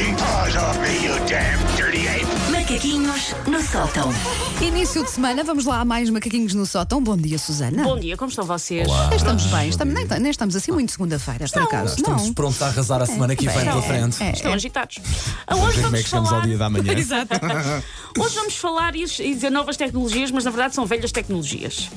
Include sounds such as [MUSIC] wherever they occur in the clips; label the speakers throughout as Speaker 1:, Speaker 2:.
Speaker 1: off me, you damn dirty ape!
Speaker 2: Macaquinhos no sótão.
Speaker 3: Início de semana, vamos lá a mais macaquinhos no sótão. Bom dia, Susana.
Speaker 4: Bom dia, como estão vocês?
Speaker 3: Estamos bem, estamos, nem, nem estamos assim muito segunda-feira, por acaso.
Speaker 5: Estamos
Speaker 3: não.
Speaker 5: prontos a arrasar a semana que vem
Speaker 3: É,
Speaker 5: pela
Speaker 3: é,
Speaker 5: frente.
Speaker 3: é.
Speaker 4: Estão agitados. Ah, Hoje
Speaker 5: ver como
Speaker 4: vamos
Speaker 5: é que chegamos
Speaker 4: falar...
Speaker 5: ao dia da
Speaker 4: [LAUGHS]
Speaker 5: manhã.
Speaker 4: Exato.
Speaker 5: [LAUGHS]
Speaker 4: Hoje vamos falar e, e dizer novas tecnologias, mas na verdade são velhas tecnologias.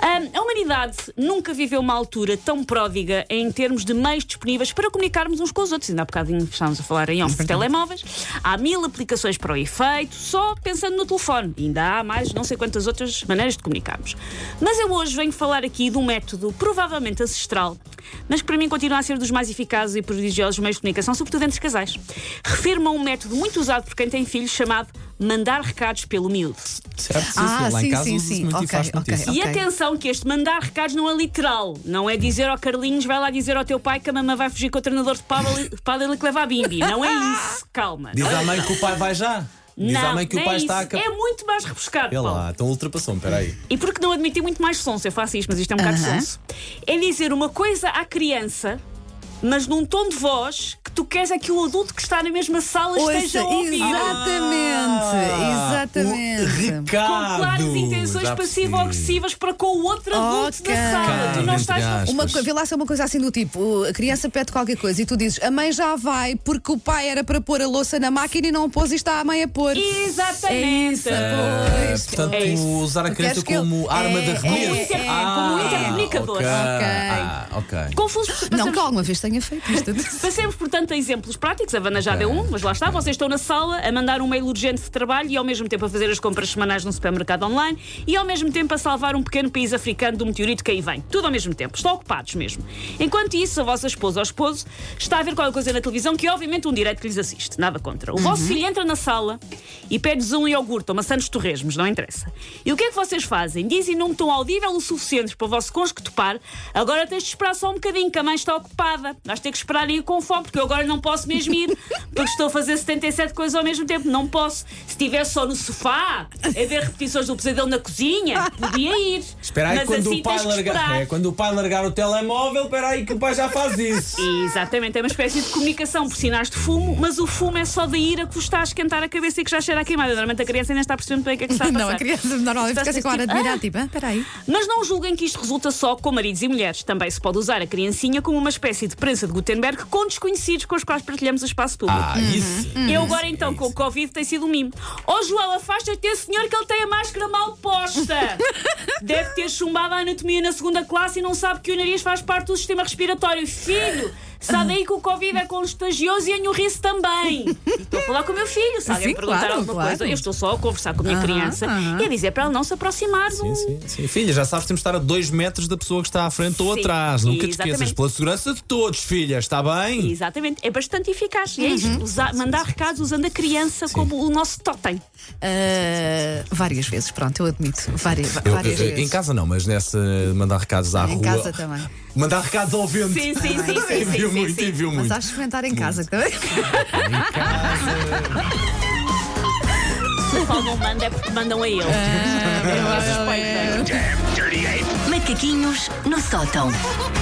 Speaker 4: Ahm, a humanidade nunca viveu uma altura tão pródiga em termos de meios disponíveis para comunicarmos uns com os outros. Ainda há bocadinho estávamos a falar em off
Speaker 5: [LAUGHS]
Speaker 4: por telemóveis. Há mil aplicações para o efeito, só pensando no telefone. Ainda há mais não sei quantas outras maneiras de comunicarmos. Mas eu hoje venho falar aqui de um método provavelmente ancestral, mas que para mim continua a ser dos mais eficazes e prodigiosos meios de comunicação, sobretudo entre os casais. Refirma um método muito usado por quem tem filhos chamado mandar recados pelo miúdo.
Speaker 5: Certo? Sim,
Speaker 3: Ah,
Speaker 5: sim, lá
Speaker 3: sim,
Speaker 5: em casa
Speaker 3: sim,
Speaker 5: usa-se
Speaker 3: sim.
Speaker 5: muito e
Speaker 3: Ok,
Speaker 5: faz muito
Speaker 3: ok.
Speaker 5: isso.
Speaker 4: E atenção que este mandar recados não é literal. Não é dizer ao Carlinhos, vai lá dizer ao teu pai que a mamãe vai fugir com o treinador de pádel e- pádel e que leva a bimbi. Não é isso. Calma.
Speaker 5: Diz à mãe que o pai vai já. Diz
Speaker 4: não,
Speaker 5: à mãe que
Speaker 4: não
Speaker 5: o pai
Speaker 4: é
Speaker 5: está a
Speaker 4: isso. É
Speaker 5: acabar.
Speaker 4: muito mais rebuscado,
Speaker 5: É
Speaker 4: Paulo.
Speaker 5: lá, então ultrapassou-me, peraí.
Speaker 4: E porque não admitir muito mais sonso, eu faço isto, mas isto é um bocado sonso. É dizer uma coisa à criança, mas num tom de voz que tu queres é que o adulto que está na mesma sala esteja a
Speaker 3: Ouça,
Speaker 4: ouvir.
Speaker 3: exatamente,
Speaker 5: Ah, O
Speaker 3: exatamente.
Speaker 4: Com
Speaker 5: recado.
Speaker 4: claras intenções
Speaker 5: Ah, Já percebi.
Speaker 4: passivo-agressivas para com o outro adulto
Speaker 3: Ok.
Speaker 4: da sala. Tu não
Speaker 5: Entre
Speaker 4: estás
Speaker 5: aspas.
Speaker 3: Uma, co- vê lá se é uma coisa assim do tipo: a criança pede qualquer coisa e tu dizes, a mãe já vai porque o pai era para pôr a louça na máquina e não pôs e está a mãe a pôr. É
Speaker 4: Exatamente.
Speaker 3: isso,
Speaker 5: Ah,
Speaker 3: pois.
Speaker 5: Portanto,
Speaker 4: É isso.
Speaker 5: usar a
Speaker 3: Tu
Speaker 5: criança
Speaker 3: queres que
Speaker 5: como
Speaker 3: ele-
Speaker 5: arma
Speaker 3: É,
Speaker 5: de
Speaker 3: é,
Speaker 5: arremesso.
Speaker 3: é, é,
Speaker 4: como um intercomunicador.
Speaker 5: ok.
Speaker 4: Ok.
Speaker 5: Ah, ok.
Speaker 4: Confuso porque
Speaker 3: Não
Speaker 4: passamos
Speaker 3: que alguma vez tenha feito isto.
Speaker 4: [LAUGHS] Passemos, portanto, a exemplos práticos. A Vana já deu um, mas lá está. Vocês estão na sala a mandar um mail urgente de trabalho e ao mesmo tempo a fazer as compras semanais num supermercado online e ao mesmo tempo a salvar um pequeno país africano do meteorito que aí vem. Tudo ao mesmo tempo. Estão ocupados mesmo. Enquanto isso, a vossa esposa ou esposo está a ver qualquer coisa na televisão que é obviamente um direito que lhes assiste. Nada contra. O vosso filho entra na sala e pede-vos um iogurte ou maçã dos torresmos, não interessa. E o que é que vocês fazem? Dizem num tom audível o suficiente para o vosso cônjuge topar. Agora tens de esperar só um bocadinho, que a mãe está ocupada. Vais ter que esperar e ir com fome, porque eu agora não posso mesmo ir, porque estou a fazer 77 coisas ao mesmo tempo. Não posso. Se estiver só no sofá, a ver repetições do pesadelo na cozinha, podia ir.
Speaker 5: Espera aí,
Speaker 4: Mas
Speaker 5: quando
Speaker 4: assim
Speaker 5: o pai
Speaker 4: tens que
Speaker 5: largar.
Speaker 4: esperar.
Speaker 5: É, quando o pai largar o telemóvel, espera aí que o pai já faz isso.
Speaker 4: Exatamente, é uma espécie de comunicação por sinais de fumo, mas o fumo é só da ira que vos está a esquentar a cabeça e que já cheira a queimada. Normalmente a criança ainda está a perceber muito bem o que é que está a passar.
Speaker 3: [LAUGHS] Não, a criança normalmente fica assim com a hora de mirar, tipo, ah, peraí.
Speaker 4: Mas não julguem que isto resulta só com maridos e mulheres. Também se pode usar a criancinha como uma espécie de prensa de Gutenberg com desconhecidos com os quais partilhamos o espaço público.
Speaker 5: Ah, isso.
Speaker 4: Uhum.
Speaker 5: é
Speaker 4: Eu agora então com o Covid tem sido um mimo. Ó João, afasta-te desse senhor que ele tem a máscara mal
Speaker 5: [LAUGHS]
Speaker 4: posta. Deve ter chumbado a anatomia na segunda classe e não sabe que o nariz faz parte do sistema respiratório. Filho, sabe aí que o Covid é contagioso e a nhurrice também. E Estou a falar com o meu filho, se alguém
Speaker 3: Sim,
Speaker 4: me perguntar
Speaker 3: claro,
Speaker 4: alguma
Speaker 3: claro.
Speaker 4: coisa, eu estou só a conversar com a minha criança e a dizer para ele não se aproximar do,
Speaker 5: Sim, sim, sim. Filha, já sabes que temos de estar a 2 metros da pessoa que está à frente ou
Speaker 4: Sim,
Speaker 5: atrás. Nunca te
Speaker 4: exatamente.
Speaker 5: esqueças, pela segurança de todos, filha, está bem?
Speaker 4: Exatamente, é bastante eficaz. E é isto, usar- mandar recados usando a criança como o nosso totem.
Speaker 3: Ah, várias vezes, pronto, eu admito. Várias,
Speaker 5: Eu,
Speaker 3: várias
Speaker 5: eu, eu,
Speaker 3: vezes.
Speaker 5: em casa não, mas nessa mandar recados à
Speaker 3: Em
Speaker 5: rua.
Speaker 3: casa também.
Speaker 5: Mandar recados ao vento.
Speaker 4: Sim, sim,
Speaker 5: [LAUGHS]
Speaker 4: sim, sim, sim,
Speaker 5: Enviou
Speaker 4: sim,
Speaker 5: muito,
Speaker 4: sim.
Speaker 5: enviou
Speaker 3: Mas
Speaker 5: muito.
Speaker 3: acho que experimentar em casa também.
Speaker 4: Se o Paulo não manda é porque mandam a ele. Ah, Eu
Speaker 1: Damn
Speaker 4: suspeito.
Speaker 1: dirty ape!
Speaker 2: Macaquinhos no sótão.